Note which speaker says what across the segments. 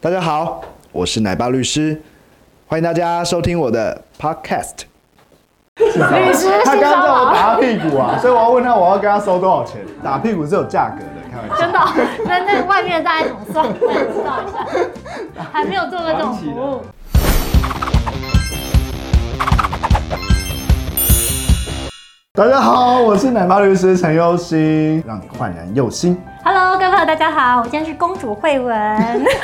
Speaker 1: 大家好，我是奶爸律师，欢迎大家收听我的 podcast。
Speaker 2: 律师
Speaker 1: 他刚
Speaker 2: 性
Speaker 1: 刚
Speaker 2: 骚
Speaker 1: 叫我
Speaker 2: 扰，
Speaker 1: 打他屁股 啊，所以我要问他我要跟他收多少钱。打屁股是有价格的，开玩笑。
Speaker 2: 真的哦、那那外面的大概怎么算？我也知道一下，还没有做过这种服务。
Speaker 1: 大家好，我是奶爸律师陈优心，让你焕然又新。
Speaker 2: Hello，各位朋友，大家好，我今天是公主慧文。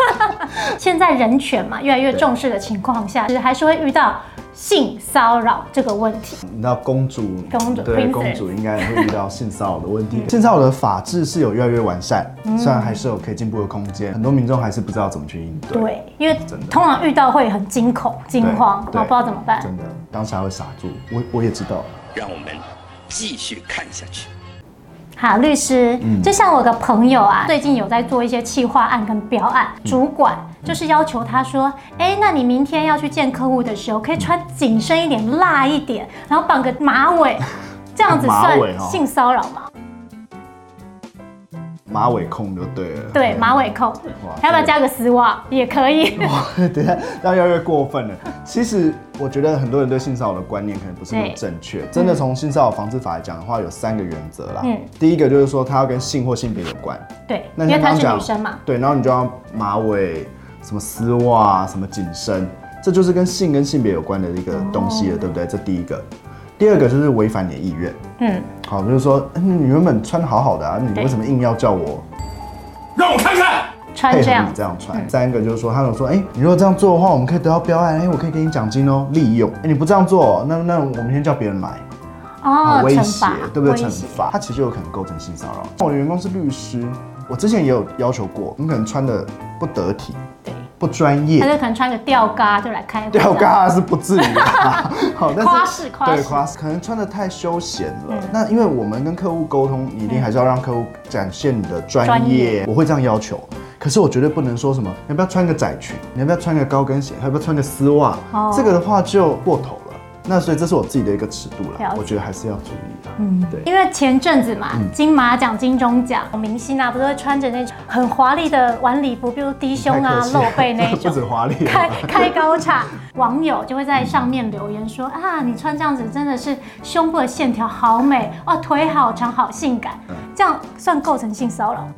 Speaker 2: 现在人权嘛，越来越重视的情况下，其实还是会遇到性骚扰这个问题。
Speaker 1: 你知道公主，
Speaker 2: 公主
Speaker 1: 对
Speaker 2: princess
Speaker 1: 公主应该也会遇到性骚扰的问题。性骚扰的法制是有越来越完善，
Speaker 2: 嗯
Speaker 1: 虽然还是有可以进步的空间，很多民众还是不知道怎么去应对。
Speaker 2: 对，因为
Speaker 1: 真的
Speaker 2: 通常遇到会很惊恐、惊慌，
Speaker 1: 对
Speaker 2: 然后不知道怎么办。
Speaker 1: 真的，当时还会傻住。我我也知道，
Speaker 3: 让我们继续看下去。
Speaker 2: 好，律师，
Speaker 1: 嗯
Speaker 2: 就像我个朋友啊，最近有在做一些企划案跟标案，
Speaker 1: 嗯
Speaker 2: 主管就是要求他说，哎、那你明天要去见客户的时候，可以穿紧身一点、辣一点，然后绑个马 尾，这样子
Speaker 1: 马
Speaker 2: 算
Speaker 1: 尾哦
Speaker 2: 性骚扰吗？
Speaker 1: 马尾控就对了。
Speaker 2: 对，马尾扣
Speaker 1: 哇，
Speaker 2: 还要不要加个丝袜也可以？
Speaker 1: 哇， 等一下，那越来越过分了。其实我觉得很多人对性骚扰的观念可能不是那么
Speaker 2: 对
Speaker 1: 正确。真的从性骚扰防治法来讲的话，有三个原则啦。
Speaker 2: 嗯
Speaker 1: 第一个就是说它要跟性或性别有关，
Speaker 2: 对，
Speaker 1: 那
Speaker 2: 因为
Speaker 1: 像
Speaker 2: 她
Speaker 1: 刚
Speaker 2: 是
Speaker 1: 讲
Speaker 2: 女生嘛，
Speaker 1: 对，然后你就要马尾、什么丝袜、啊什么紧身，这就是跟性跟性别有关的一个
Speaker 2: 哦
Speaker 1: 东西了，对不对？这第一个。第二个就是违反你的意愿，
Speaker 2: 嗯，
Speaker 1: 好，就是说、嗯你原本穿得好好的啊，你
Speaker 2: 对
Speaker 1: 为什么硬要叫我
Speaker 3: 让我看看，
Speaker 2: 穿
Speaker 1: 配
Speaker 2: 这
Speaker 1: 合
Speaker 2: 样嗯
Speaker 1: 你这样穿？三个就是说，他们说，哎、你如果这样做的话，我们可以得到标案，哎、我可以给你奖金哦，利用。哎、你不这样做哦，那那我明天叫别人来，
Speaker 2: 哦
Speaker 1: 啊，威
Speaker 2: 惩
Speaker 1: 胁
Speaker 2: 罚，，
Speaker 1: 对不对？
Speaker 2: 威
Speaker 1: 惩
Speaker 2: 胁
Speaker 1: 罚，他其实就有可能构成性骚扰。像我的员工是律师，我之前也有要求过，你可能穿的不得体、
Speaker 2: 对，
Speaker 1: 不专
Speaker 2: 他
Speaker 1: 业，
Speaker 2: 就可能穿个吊嘎就来开会，
Speaker 1: 吊，嘎是不至于啦， 好，但是
Speaker 2: 夸饰夸饰
Speaker 1: 对夸饰，可能穿的太休闲了。
Speaker 2: 嗯
Speaker 1: 那因为我们跟客户沟通，你一定还是要让客户展现你的专
Speaker 2: 专
Speaker 1: 业
Speaker 2: 业，
Speaker 1: 我会这样要求。可是我绝对不能说什么，你要不要穿个窄裙？你要不要穿个高跟鞋？要不要穿个丝袜？
Speaker 2: 哦
Speaker 1: 这个的话就过头了。那所以这是我自己的一个尺度
Speaker 2: 了
Speaker 1: 啦，
Speaker 2: 解
Speaker 1: 我觉得还是要注意啦。嗯，对。
Speaker 2: 因为前阵子嘛，
Speaker 1: 嗯
Speaker 2: 金马奖、金钟奖，明星啊，不是会穿着那种很华丽的晚礼服，比如低胸
Speaker 1: 太
Speaker 2: 啊
Speaker 1: 可、惜
Speaker 2: 露
Speaker 1: 了
Speaker 2: 背那 一
Speaker 1: 不止
Speaker 2: 种，
Speaker 1: 华丽 了，
Speaker 2: 开开高叉，网友就会在上面留言说啊，你穿这样子真的是胸部的线条好美哦，腿好长，好性感，
Speaker 1: 嗯
Speaker 2: 这样算构成性骚扰？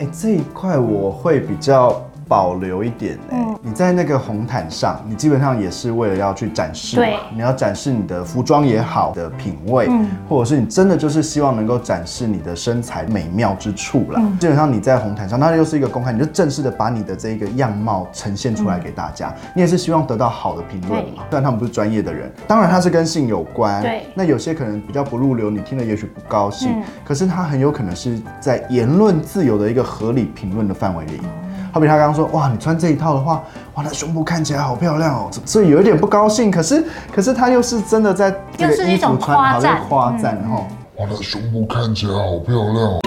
Speaker 1: 哎、这一块我会比较保留一点哎、
Speaker 2: 嗯
Speaker 1: 你在那个红毯上，你基本上也是为了要去展示嘛，
Speaker 2: 对
Speaker 1: 你要展示你的服装也好，的品味，
Speaker 2: 嗯
Speaker 1: 或者是你真的就是希望能够展示你的身材美妙之处啦。
Speaker 2: 嗯
Speaker 1: 基本上你在红毯上，那又是一个公开，你就正式的把你的这个样貌呈现出
Speaker 2: 嗯
Speaker 1: 来给大家，你也是希望得到好的评论嘛。虽然他们不是专业的人，当然它是跟性有关，
Speaker 2: 对
Speaker 1: 那有些可能比较不入流，你听了也许不高兴，
Speaker 2: 嗯
Speaker 1: 可是他很有可能是在言论自由的一个合理评论的范围
Speaker 2: 哦
Speaker 1: 里。好比他刚刚说，哇，你穿这一套的话，哇，那胸部看起来好漂亮哦，所以有一点不高兴。可是，可是他又是真的在这
Speaker 2: 又
Speaker 1: 个
Speaker 2: 是
Speaker 1: 衣
Speaker 2: 一
Speaker 1: 服
Speaker 2: 种
Speaker 1: 穿好
Speaker 2: 夸赞嗯
Speaker 1: 像夸赞，哦然后
Speaker 4: 哇，那胸部看起来好漂亮哦！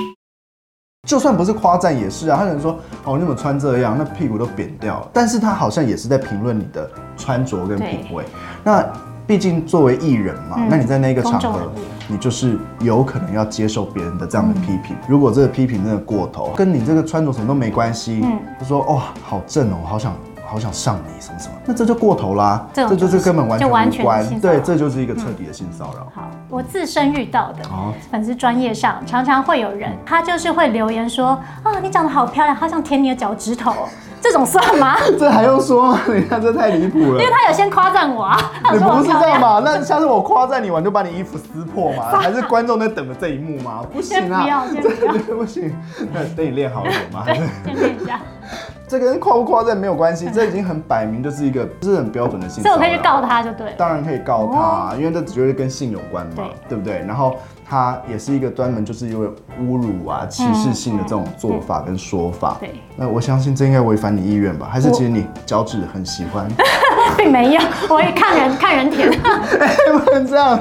Speaker 1: 就算不是夸赞也是啊，他可能说，哦，你怎么穿这样，那屁股都扁掉了。但是他好像也是在评论你的穿着跟品味。那毕竟作为艺人嘛，
Speaker 2: 嗯
Speaker 1: 那你在那个场
Speaker 2: 公众
Speaker 1: 合
Speaker 2: 人物，
Speaker 1: 你就是有可能要接受别人的这样的批评。
Speaker 2: 嗯
Speaker 1: 如果这个批评真的过头，跟你这个穿着什么都没关系，
Speaker 2: 嗯
Speaker 1: 就说哇、好正哦，好想好想上你什么什么，那这就过头啦，
Speaker 2: 这种
Speaker 1: 这就是
Speaker 2: 就是
Speaker 1: 根本完全
Speaker 2: 就完
Speaker 1: 无
Speaker 2: 全
Speaker 1: 关，
Speaker 2: 性骚扰
Speaker 1: 对，这就是一个彻底的性骚 扰。
Speaker 2: 好，我自身遇到的
Speaker 1: 哦，
Speaker 2: 粉丝专业上常常会有人，他就是会留言说啊，你长得好漂亮，好想舔你的脚趾头哦，这种算 吗？
Speaker 1: 这还用说吗？ 你看这太离谱了
Speaker 2: 因为。他有先夸赞我啊，他
Speaker 1: 你
Speaker 2: 有说我
Speaker 1: 不是
Speaker 2: 漂
Speaker 1: 这样
Speaker 2: 亮。
Speaker 1: 吧？那下次我夸赞你完就把你衣服撕破 嘛？还是观众在等着这一幕 吗？不行
Speaker 2: 先不
Speaker 1: 啊
Speaker 2: 要，先不要
Speaker 1: 不行，那等你练好一点嘛。 还
Speaker 2: 对
Speaker 1: 是，
Speaker 2: 先练一下。
Speaker 1: 这跟夸不夸赞没有关 系，这已经很摆明就是一个这是很标准的啊性。
Speaker 2: 所以我可以去告。他就对了。
Speaker 1: 当然可以告他、因为这绝对跟性有关嘛，
Speaker 2: 对
Speaker 1: 哦对不对？然后他也是一个专门就是因为侮辱啊、歧视性的这种做法跟说法。
Speaker 2: 对，
Speaker 1: 那我相信这应该违反你意愿吧？还是其实你脚趾很喜欢？
Speaker 2: 并没有，我也看人看人舔。
Speaker 1: 不能这样。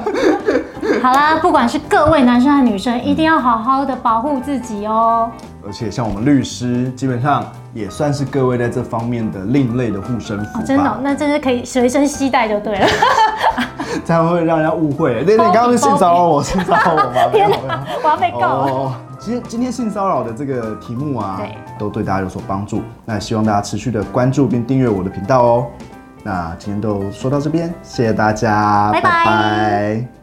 Speaker 2: 好啦，不管是各位男生和女生，一定要好好的保护自己哦。
Speaker 1: 而且像我们律师，基本上也算是各位在这方面的另类的护身符吧。
Speaker 2: 哦真的哦、那真是可以随身携带就对了。
Speaker 1: 这样会让人家误会。那那你刚刚是性骚扰我，性骚扰我吗？
Speaker 2: 哦天
Speaker 1: 没有没有
Speaker 2: 哪，我要被告了。
Speaker 1: 哦，其实今天性骚扰的这个题目啊，
Speaker 2: 对
Speaker 1: 都对大家有所帮助。那希望大家持续的关注并订阅我的频道哦。那今天都说到这边，谢谢大家，
Speaker 2: 拜拜
Speaker 1: 拜